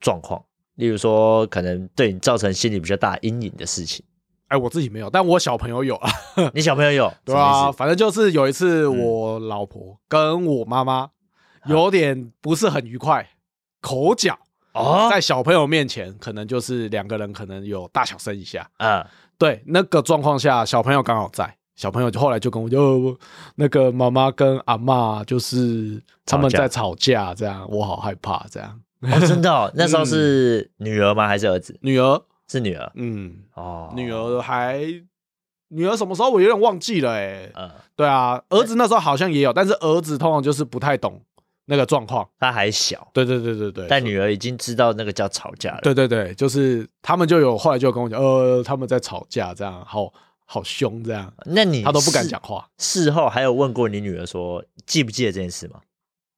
Speaker 1: 状况？例如说，可能对你造成心理比较大阴影的事
Speaker 2: <laughs>
Speaker 1: 情，
Speaker 2: 哎，我自己没有，但我小朋友有
Speaker 1: <laughs>
Speaker 2: 啊，
Speaker 1: 你小朋友有？
Speaker 2: 对
Speaker 1: 什么
Speaker 2: 啊，
Speaker 1: 意思，嗯
Speaker 2: 反正就是有一次我老婆跟我妈
Speaker 1: 啊
Speaker 2: 妈有点不是很愉快，口角。
Speaker 1: 哦，
Speaker 2: 在小朋友面前，可能就是两个人可能有大小声一下。
Speaker 1: 嗯，
Speaker 2: 对，那个状况下，小朋友刚好在，小朋友就后来就跟我就、呃那个妈妈跟阿嬷就是他
Speaker 1: 吵
Speaker 2: 们
Speaker 1: 架
Speaker 2: 在吵架，这样我好害怕，这样
Speaker 1: 哦，真的哦，那时
Speaker 2: 嗯
Speaker 1: 候是女儿吗？还是儿子？
Speaker 2: 女儿，
Speaker 1: 是女儿
Speaker 2: 哦嗯，
Speaker 1: 哦，
Speaker 2: 女儿还女儿什么时候我有点忘记了、欸，哎，
Speaker 1: 嗯，
Speaker 2: 对啊，儿子那时候好像也有，但是儿子通常就是不太懂那个状况，
Speaker 1: 她还小，
Speaker 2: 对对对对对，
Speaker 1: 但女儿已经知道那个叫吵架了。
Speaker 2: 对对对，就是他们就有后来就跟我讲，呃，他们在吵架，这样好好凶，这样
Speaker 1: 那你
Speaker 2: 他都不敢
Speaker 1: 事
Speaker 2: 讲。话。
Speaker 1: 事后还有问过你女儿说记不记得这件事吗？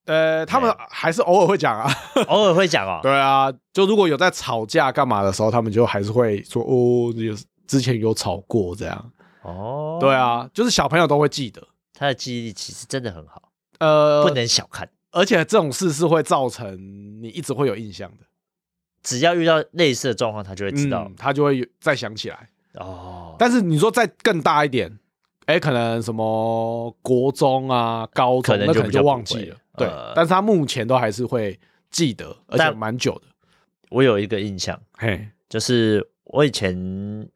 Speaker 2: 呃，他们
Speaker 1: 对
Speaker 2: 还是偶尔会讲啊，
Speaker 1: 偶尔会讲哦。
Speaker 2: <laughs> 对啊，就如果有在吵架干嘛的时候，他们就还是会说哦，有之前有吵过这样。
Speaker 1: 哦，
Speaker 2: 对，啊，就是小朋友都会记得，
Speaker 1: 她的记忆力其实真的很好，
Speaker 2: 呃
Speaker 1: 不，能小看。
Speaker 2: 而且这种事是会造成你一直会有印象的，
Speaker 1: 只要遇到类似的状况，她就会知道
Speaker 2: 嗯、他就会有再想起来。
Speaker 1: 哦。
Speaker 2: 但是你说再更大一点，哎，可能什么国中啊、高中，
Speaker 1: 可能
Speaker 2: 那
Speaker 1: 就
Speaker 2: 可
Speaker 1: 比
Speaker 2: 能
Speaker 1: 较
Speaker 2: 就
Speaker 1: 不
Speaker 2: 忘
Speaker 1: 会
Speaker 2: 记了。
Speaker 1: 呃
Speaker 2: 对，但是他目前都还是会记得，而且
Speaker 1: 但
Speaker 2: 蛮久的。
Speaker 1: 我有一个印象，
Speaker 2: 嘿，
Speaker 1: 就是我以前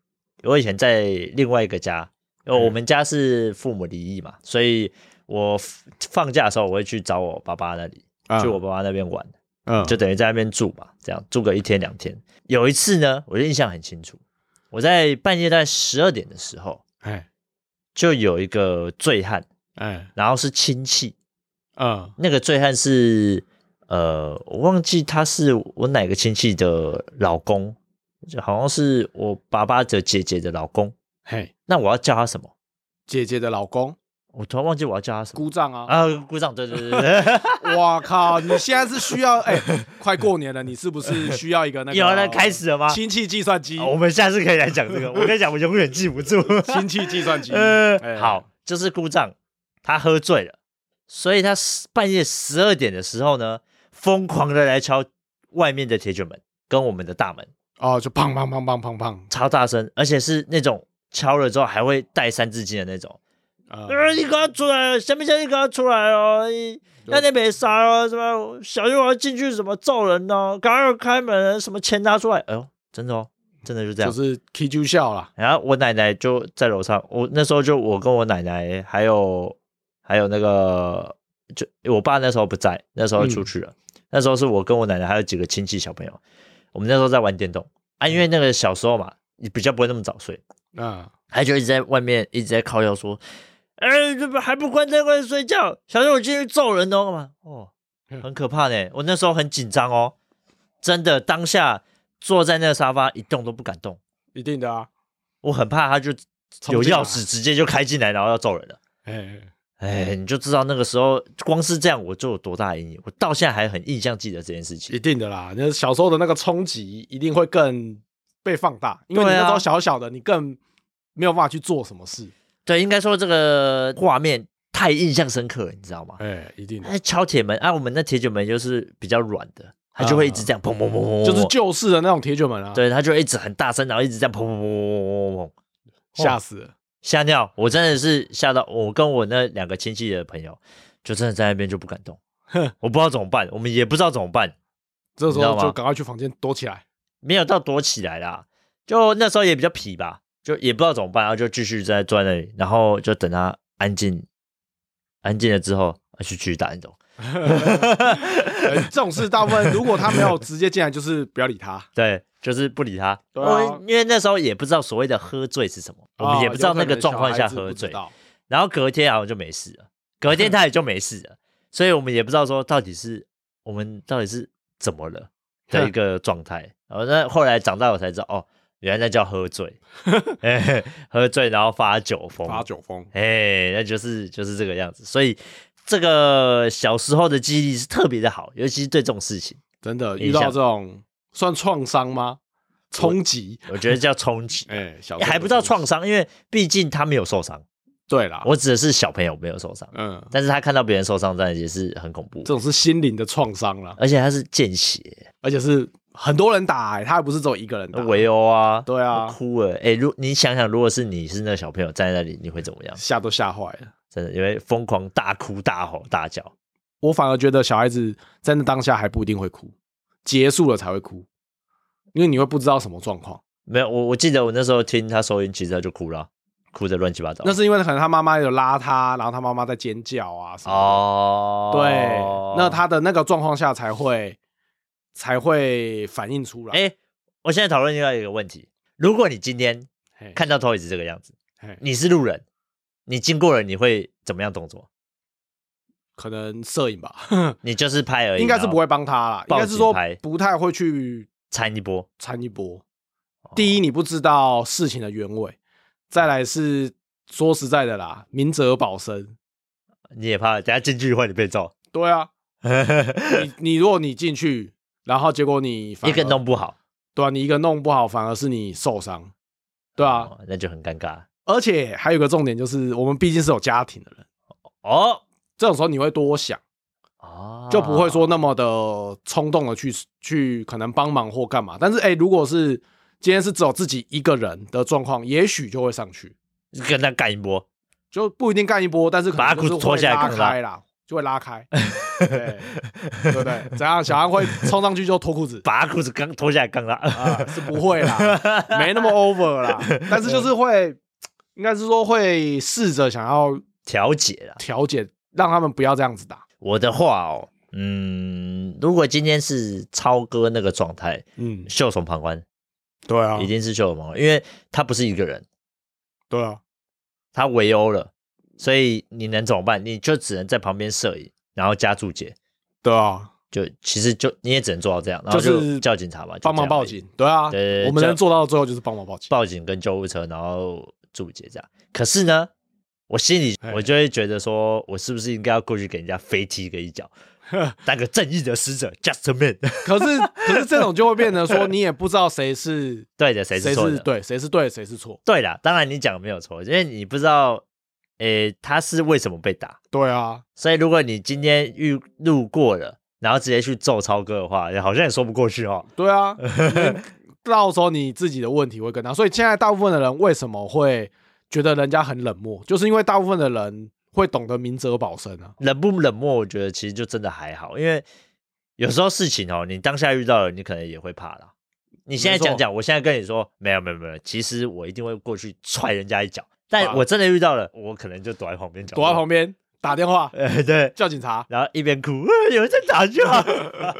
Speaker 1: 我以前在另外一个家，因
Speaker 2: 嗯
Speaker 1: 为我们家是父母离异嘛，所以我 f- 放假的时候我会去找我爸爸那里，
Speaker 2: 啊
Speaker 1: 去我爸爸那边玩，
Speaker 2: 嗯，
Speaker 1: 就等于在那边住嘛，这样住个一天两天。有一次呢，我就印象很清楚，我在半夜在十二点的时候，
Speaker 2: 哎
Speaker 1: 就有一个醉汉，
Speaker 2: 哎
Speaker 1: 然后是亲戚，
Speaker 2: 嗯
Speaker 1: 那个醉汉是呃，我忘记他是我哪个亲戚的老公，就好像是我爸爸的姐姐的老公。
Speaker 2: 嘿，
Speaker 1: 那我要叫他什么？
Speaker 2: 姐姐的老公
Speaker 1: 我突然忘记我要叫他什么
Speaker 2: 姑丈啊，
Speaker 1: 啊！鼓掌，对对对对，
Speaker 2: <laughs> 我靠，你现在是需要
Speaker 1: <laughs>
Speaker 2: 哎，快过年了，你是不是需要一个那个？
Speaker 1: 有人开始了吗？
Speaker 2: 亲戚计算机
Speaker 1: 啊，我们下次可以来讲这个。我跟你讲，我永远记不住。
Speaker 2: <laughs> 亲戚计算机。
Speaker 1: 呃，
Speaker 2: 哎
Speaker 1: 好，就是故障，他喝醉了，所以他十半夜十二点的时候呢，疯狂的来敲外面的铁卷门跟我们的大门，
Speaker 2: 哦，就砰砰砰砰砰砰，
Speaker 1: 超大声，而且是那种敲了之后还会带三字经的那种。
Speaker 2: 呃
Speaker 1: 呃，你给我出来，下面下你给我出来哦！你那天没杀哦，什么小心我要进去什么揍人哦，赶快开门，什么钱拿出来！哎呦，真的哦，真的就这样
Speaker 2: 就。是 K 就笑啦。
Speaker 1: 然后我奶奶就在楼上，我那时候就我跟我奶奶还有还有那个就我爸那时候不在，那时候出去了，那时候是我跟我奶奶还有几个亲戚小朋友，我们那时候在玩电动啊，因为那个小时候嘛，你比较不会那么早睡，
Speaker 2: 嗯，
Speaker 1: 他就一直在外面一直在靠腰说，哎，怎么还不关灯快点睡觉？小心我进去揍人哦嘛，哦，很可怕呢，我那时候很紧张哦，真的当下坐在那个沙发一动都不敢动。
Speaker 2: 一定的啊。
Speaker 1: 我很怕他就
Speaker 2: 冲
Speaker 1: 有
Speaker 2: 进来
Speaker 1: 钥匙直接就开进来，然后要揍人了。
Speaker 2: 哎，
Speaker 1: 哎，你就知道那个时候光是这样我就有多大的阴影，我到现在还很印象记得这件事情
Speaker 2: 一。定的啦。那小时候的那个冲击一定会更被放大，因为你
Speaker 1: 对啊
Speaker 2: 那时候小小的，你更没有办法去做什么事。
Speaker 1: 对，应该说这个画面太印象深刻了，你知道吗？
Speaker 2: 哎，一定的，
Speaker 1: 哎，敲铁门啊，我们那铁卷门就是比较软的，它就会一直这样砰砰砰砰，砰
Speaker 2: 就是旧式的那种铁卷门啊，，
Speaker 1: 对，它就一直很大声，然后一直这样砰砰砰砰砰砰砰砰，
Speaker 2: 吓死了。
Speaker 1: 吓尿！我真的是吓到，我跟我那两个亲戚的朋友就真的在那边就不敢动，我不知道怎么办，我们也不知道怎么办，
Speaker 2: 这时
Speaker 1: 你知道
Speaker 2: 候
Speaker 1: 吗
Speaker 2: 就赶快去房间躲起来。
Speaker 1: 没有到躲起来啦，就那时候也比较皮吧，就也不知道怎么办，然后就继续在坐在那里，然后就等他安静，安静了之后啊去继续打那种。
Speaker 2: 哎这种事大部分如果他没有直接进来，就是不要理他。
Speaker 1: 对，就是不理他。
Speaker 2: 对啊
Speaker 1: 我因为那时候也不知道所谓的喝醉是什么， <laughs> 我们也不知道那个状况下喝醉。
Speaker 2: 哦
Speaker 1: 然后隔天好像就没事了，隔天他也就没事了，所以我们也不知道说到底是我们到底是怎么了的一个状态。然后那后来长大我才知道，哦，原来那叫喝
Speaker 2: <laughs>
Speaker 1: 醉，哎喝醉然后发酒疯
Speaker 2: 有，发酒疯，
Speaker 1: 哎，那就是就是这个样子。所以这个小时候的记忆力是特别的好，尤其是对这种事情，
Speaker 2: 真的
Speaker 1: 影
Speaker 2: 遇到
Speaker 1: 响
Speaker 2: 这种算创伤吗？冲击，。
Speaker 1: 我觉得叫冲击
Speaker 2: <laughs> 哎，小时
Speaker 1: 也
Speaker 2: 候
Speaker 1: 还不到
Speaker 2: 的冲
Speaker 1: 创
Speaker 2: 击。
Speaker 1: 伤，因为毕竟他没有受伤，
Speaker 2: 对啦，
Speaker 1: 我指的是小朋友没有受伤，
Speaker 2: 嗯，
Speaker 1: 但是他看到别人受伤，当然也是很恐怖
Speaker 2: 这。种是心灵的创伤啦。
Speaker 1: 而且他是见血、
Speaker 2: 而且是很多人打、欸，他还不是只有一个人打。
Speaker 1: 围殴啊，
Speaker 2: 对啊
Speaker 1: 哭了。哎、如你想想，如果是你是那个小朋友站在那里，你会怎么样？
Speaker 2: 吓都吓坏了。
Speaker 1: 真的，你会疯狂大哭、大吼、大叫。
Speaker 2: 我反而觉得小孩子在那当下还不一定会哭，结束了才会哭，因为你会不知道什么状况。
Speaker 1: 没有，我我记得我那时候听他收音，其实他就哭了啊，哭的乱七八糟。
Speaker 2: 那是因为可能他妈妈有拉他，然后他妈妈在尖叫啊什么的。
Speaker 1: 哦，
Speaker 2: 对，那他的那个状况下才会才会反映出来。
Speaker 1: 哎、我现在讨论另外一个问题：如果你今天
Speaker 2: 嘿
Speaker 1: 看到 Toys 这个样子，
Speaker 2: 嘿
Speaker 1: 你是路人，你经过了，你会怎么样动
Speaker 2: <laughs>
Speaker 1: 作？
Speaker 2: 可能摄影吧，
Speaker 1: 你就是拍而已，
Speaker 2: 应该是
Speaker 1: 然
Speaker 2: 不
Speaker 1: 后
Speaker 2: 会帮他啦，应
Speaker 1: 啊报
Speaker 2: 该
Speaker 1: 警
Speaker 2: 是说
Speaker 1: 拍
Speaker 2: 不太会去
Speaker 1: 掺一波。哦
Speaker 2: 掺一波。第一，你不知道事情的原委；再来是说实在的啦，明哲保身。
Speaker 1: 你也怕等下进去以后你被
Speaker 2: <laughs>
Speaker 1: 揍， <laughs>
Speaker 2: 对啊，你你如果你进去，然后结果你反
Speaker 1: 一
Speaker 2: 而
Speaker 1: 个弄不好，
Speaker 2: 对啊，你一个弄不好，反而是你受伤。对啊，
Speaker 1: 哦那就很尴尬。
Speaker 2: 而且还有一个重点就是，我们毕竟是有家庭的人，
Speaker 1: 哦
Speaker 2: 这种时候你会多想，
Speaker 1: 哦，
Speaker 2: 就不会说那么的冲动的去去可能帮忙或干嘛。但是哎、如果是今天是只有自己一个人的状况，也许就会上去。
Speaker 1: 跟他干一波。
Speaker 2: 就不一定干一波，但是可能
Speaker 1: 把他
Speaker 2: 就是
Speaker 1: 裤子脱
Speaker 2: 会
Speaker 1: 下来
Speaker 2: 拉
Speaker 1: 干嘛
Speaker 2: 开啦，就会拉开，对对不对？怎样？小安会冲上去就脱裤子
Speaker 1: 把他裤子刚脱下来刚拉， <laughs>
Speaker 2: 啊？是不会啦，没那么 over 啦，但是就是会，应该是说会试着想要
Speaker 1: 调解啦。
Speaker 2: 调解，让他们不要这样子打。
Speaker 1: 我的话哦，嗯，如果今天是超哥那个状态，
Speaker 2: 嗯，
Speaker 1: 袖手旁观，
Speaker 2: 对啊
Speaker 1: 一，定是袖手旁观，因为他不是一个人，
Speaker 2: 对啊，
Speaker 1: 他围殴了，所以你能怎么办？你就只能在旁边摄影，然后加注解，
Speaker 2: 对啊，
Speaker 1: 就其实就你也只能做到这样，然后
Speaker 2: 就是
Speaker 1: 叫警察吧，就
Speaker 2: 帮
Speaker 1: 这
Speaker 2: 忙
Speaker 1: 样
Speaker 2: 报
Speaker 1: 而已，
Speaker 2: 警，对啊，
Speaker 1: 对对对
Speaker 2: 我们
Speaker 1: 这
Speaker 2: 能
Speaker 1: 样
Speaker 2: 做到的最后就是帮忙报警。
Speaker 1: 报警跟救护车，然后注解这样。可是呢，我心里
Speaker 2: 哎
Speaker 1: 我就会觉得说，我是不是应该要过去给人家飞踢个一
Speaker 2: <laughs>
Speaker 1: 脚，当个正义的使者，just a man。
Speaker 2: 可是可是这种就会变成说，你也不知道谁是
Speaker 1: 对的， <laughs> 谁
Speaker 2: 谁
Speaker 1: 是错
Speaker 2: 是
Speaker 1: 的？
Speaker 2: 对，谁是对，谁是错。
Speaker 1: 对啦，当然你讲的没有错，因为你不知道，诶，他是为什么被打。
Speaker 2: 对啊，
Speaker 1: 所以如果你今天遇路过了，然后直接去揍超哥的话，好像也说不过去哦。
Speaker 2: 对
Speaker 1: <laughs>
Speaker 2: 啊，到时候你自己的问题会更大。所以现在大部分的人为什么会觉得人家很冷漠，就是因为大部分的人会懂得明哲保身啊。
Speaker 1: 冷不冷漠，我觉得其实就真的还好，因为有时候事情哦，你当下遇到了，你可能也会怕啦。你现在
Speaker 2: 没错
Speaker 1: 讲讲，我现在跟你说，没有没有没有，其实我一定会过去踹人家一脚，
Speaker 2: 啊
Speaker 1: 但我真的遇到了，我可能就躲在旁边讲，
Speaker 2: 躲在旁边打电话
Speaker 1: 边，呃对，
Speaker 2: 叫
Speaker 1: <laughs>
Speaker 2: 警察，
Speaker 1: 然后一边哭，呃有人在打
Speaker 2: <laughs>
Speaker 1: 架，啊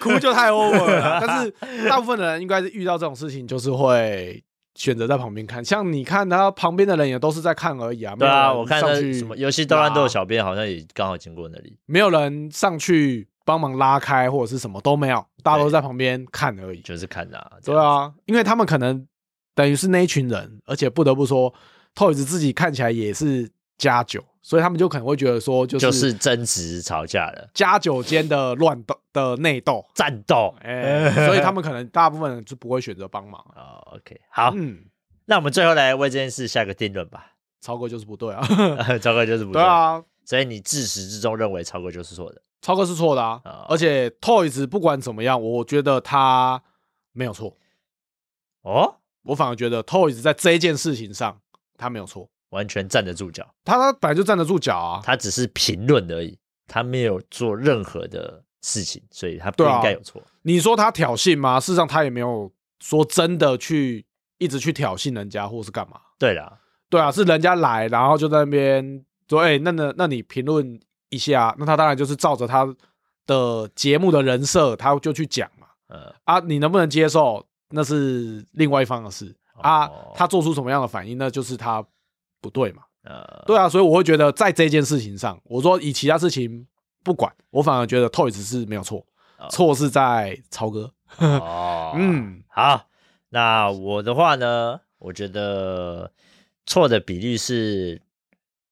Speaker 2: 哭就太 over 了。 <laughs> 但是大部分的人应该是遇到这种事情，就是会。选择在旁边看，像你看他旁边的人也都是在看而已啊。
Speaker 1: 对啊，
Speaker 2: 没有人
Speaker 1: 我看
Speaker 2: 上
Speaker 1: 那
Speaker 2: 去
Speaker 1: 什么游戏斗乱斗
Speaker 2: 拉
Speaker 1: 的小编好像也刚好经过那里，
Speaker 2: 没有人上去帮忙拉开或者是什么都没有，大家都
Speaker 1: 对
Speaker 2: 在旁边看而已。
Speaker 1: 就是看啊，这
Speaker 2: 对
Speaker 1: 样，
Speaker 2: 啊，因为他们可能等于是那一群人，而且不得不说，Toys 自己看起来也是加九，所以他们就可能会觉得说，就是
Speaker 1: 就是争执吵架了，
Speaker 2: 加九间的乱斗的内斗，
Speaker 1: 战斗，
Speaker 2: 哎、所以他们可能大部分人就不会选择帮忙。
Speaker 1: 哦，OK，好，
Speaker 2: 嗯，
Speaker 1: 那我们最后来为这件事下个定论吧。
Speaker 2: 超哥就是不对啊，
Speaker 1: <laughs> 超哥就是不
Speaker 2: 对啊，
Speaker 1: 所以你自始至终认为超哥就是错的。
Speaker 2: 超哥是错的啊，
Speaker 1: 啊
Speaker 2: 而且 Toys 不管怎么样，我觉得他没有错，
Speaker 1: 哦，
Speaker 2: 我反而觉得 Toys 在这一件事情上他没有错，
Speaker 1: 完全站得住脚，
Speaker 2: 他他本来就站得住脚啊，
Speaker 1: 他只是评论而已，他没有做任何的事情，所以他不
Speaker 2: 对啊
Speaker 1: 应该有错。
Speaker 2: 你说他挑衅吗？事实上他也没有说真的去一直去挑衅人家或是干嘛。
Speaker 1: 对啦，
Speaker 2: 对啊，是人家来，然后就在那边说：“哎、那那那你评论一下。”啊那他当然就是照着他的节目的人设，他就去讲嘛。
Speaker 1: 呃，
Speaker 2: 啊，你能不能接受，那是另外一方的事啊
Speaker 1: 哦。
Speaker 2: 他做出什么样的反应，那就是他不对嘛。
Speaker 1: 呃，
Speaker 2: 对啊，所以我会觉得在这件事情上，我说以其他事情不管，我反而觉得 Toys 是没有错
Speaker 1: 哦，
Speaker 2: 错是在超哥。
Speaker 1: 哦，嗯，
Speaker 2: 啊嗯。
Speaker 1: 好，那我的话呢，我觉得错的比率是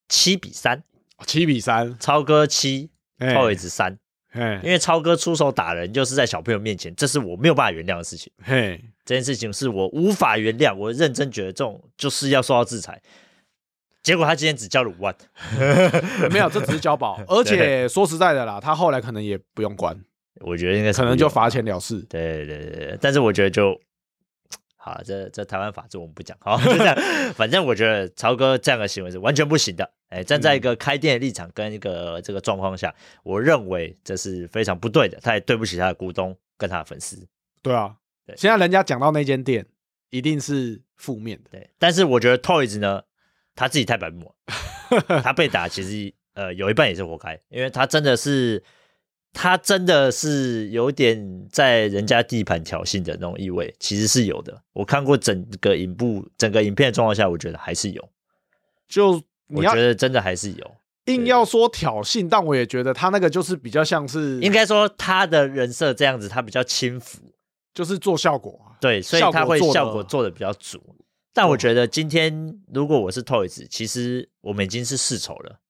Speaker 1: 七比三，
Speaker 2: 哦七比三，
Speaker 1: 超哥七，
Speaker 2: 哎
Speaker 1: 后一子三，因
Speaker 2: 嘿，
Speaker 1: 为超哥出手打人就是在小朋友面前，这是我没有办法原谅的事情。
Speaker 2: 嘿，
Speaker 1: 这件事情是我无法原谅，我认真觉得这种就是要受到制裁。结果他今天只交了五万，
Speaker 2: 没有，这只是
Speaker 1: <laughs>
Speaker 2: 交保，而且说实在的啦，他后来可能也不用关，
Speaker 1: 我觉得应该是
Speaker 2: 可能就
Speaker 1: 不用
Speaker 2: 罚
Speaker 1: 了。
Speaker 2: 钱了事。
Speaker 1: 对对对对，但是我觉得就好，啊这这台湾法治我们不讲，好就这
Speaker 2: <laughs>
Speaker 1: 样。反正我觉得曹哥这样的行为是完全不行的。哎，站
Speaker 2: 嗯
Speaker 1: 在一个开店的立场跟一个这个状况下，我认为这是非常不对的，他也对不起他的股东跟他的粉丝。
Speaker 2: 对啊，
Speaker 1: 对
Speaker 2: 现在人家讲到那间店，一定是负面的。
Speaker 1: 对，但是我觉得 Toys 呢，他自己太白目
Speaker 2: <laughs>
Speaker 1: 了，他被打其实呃有一半也是活该，因为他真的是他真的是有点在人家地盘挑衅的那种意味，其实是有的。我看过整个影部整个影片的状况下，我觉得还是有，
Speaker 2: 就你
Speaker 1: 我
Speaker 2: 要嗯
Speaker 1: 觉得真的还是有。
Speaker 2: 硬要说挑衅，但我也觉得他那个就是比较像是，
Speaker 1: 应该说他的人设这样子，他比较轻浮，
Speaker 2: 就是做效果啊。
Speaker 1: 对，所以
Speaker 2: 效
Speaker 1: 他
Speaker 2: 果
Speaker 1: 会
Speaker 2: 做
Speaker 1: 效
Speaker 2: 得
Speaker 1: 果做的比较足。但我觉得今天如果我是 Toys，其实我们已经是世仇了。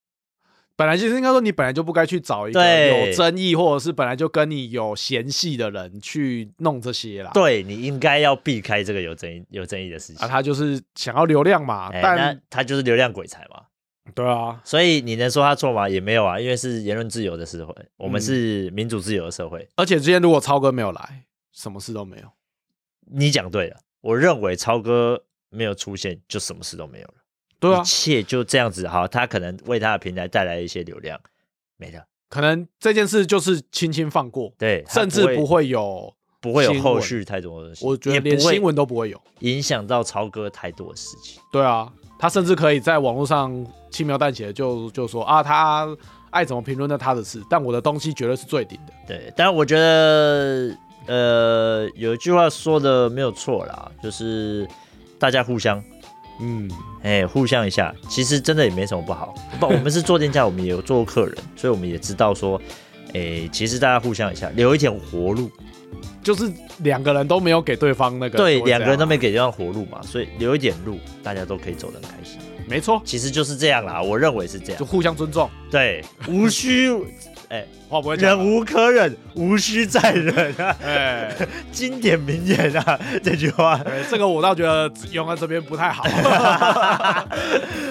Speaker 2: 本来其实应该说你本来就不该去找一个
Speaker 1: 对
Speaker 2: 有争议或者是本来就跟你有嫌隙的人去弄这些啦。
Speaker 1: 对你应该要避开这个有争议、有争议的事情。
Speaker 2: 啊，他就是想要流量嘛，
Speaker 1: 哎
Speaker 2: 但
Speaker 1: 那他就是流量鬼才嘛，
Speaker 2: 对啊，
Speaker 1: 所以你能说他错吗？也没有啊，因为是言论自由的社会，我们
Speaker 2: 嗯
Speaker 1: 是民主自由的社会。
Speaker 2: 而且之前如果超哥没有来，什么事都没有。
Speaker 1: 你讲对了，我认为超哥没有出现，就什么事都没有了。
Speaker 2: 对啊
Speaker 1: 一，切就这样子。好，他可能为他的平台带来一些流量，没了。
Speaker 2: 可能这件事就是轻轻放过，
Speaker 1: 对，他
Speaker 2: 甚至不
Speaker 1: 不
Speaker 2: 会有，
Speaker 1: 不会有
Speaker 2: 新
Speaker 1: 后
Speaker 2: 闻
Speaker 1: 续太多的东西，
Speaker 2: 我觉
Speaker 1: 也
Speaker 2: 得连
Speaker 1: 不会
Speaker 2: 新闻都不会有。
Speaker 1: 影响到超哥太多的事情。
Speaker 2: 对啊，他甚至可以在网络上轻描淡写地就就说啊，他爱怎么评论那他的事，但我的东西绝对是最顶的。
Speaker 1: 对，但我觉得，呃，有一句话说的没有错啦，就是大家互相，
Speaker 2: 嗯，
Speaker 1: 哎、互相一下，其实真的也没什么不好。不，我们是做店家，我们也有做过客人，所以我们也知道说，哎、其实大家互相一下，留一点活路。
Speaker 2: 就是两个人都没有给对方那个，
Speaker 1: 对，
Speaker 2: 就会这样
Speaker 1: 两
Speaker 2: 啊
Speaker 1: 个人都没给对方活路嘛，所以留一点路，大家都可以走得很开心。
Speaker 2: 没错，
Speaker 1: 其实就是这样啦，我认为是这
Speaker 2: 就
Speaker 1: 样。
Speaker 2: 互相尊重，
Speaker 1: 对，无
Speaker 2: <laughs>
Speaker 1: 需，哎、
Speaker 2: 话不会讲啊
Speaker 1: 忍
Speaker 2: 了，
Speaker 1: 无可忍，无需再忍啊。
Speaker 2: 哎、
Speaker 1: 经典名言啊，这句话。
Speaker 2: 哎这个我倒觉得用在这边不
Speaker 1: <laughs>
Speaker 2: 太好。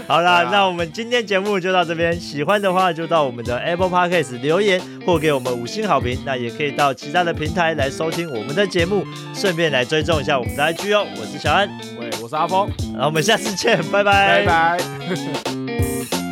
Speaker 1: 好啦，
Speaker 2: 对啊
Speaker 1: 那我们今天节目就到这边，喜欢的话就到我们的 Apple Podcast 留言或给我们五星好评，那也可以到其他的平台来收听我们的节目，顺便来追踪一下我们的 IG 哦。我是小安，
Speaker 2: 喂，我是阿峰，
Speaker 1: 然后我们下次见，拜
Speaker 2: 拜拜。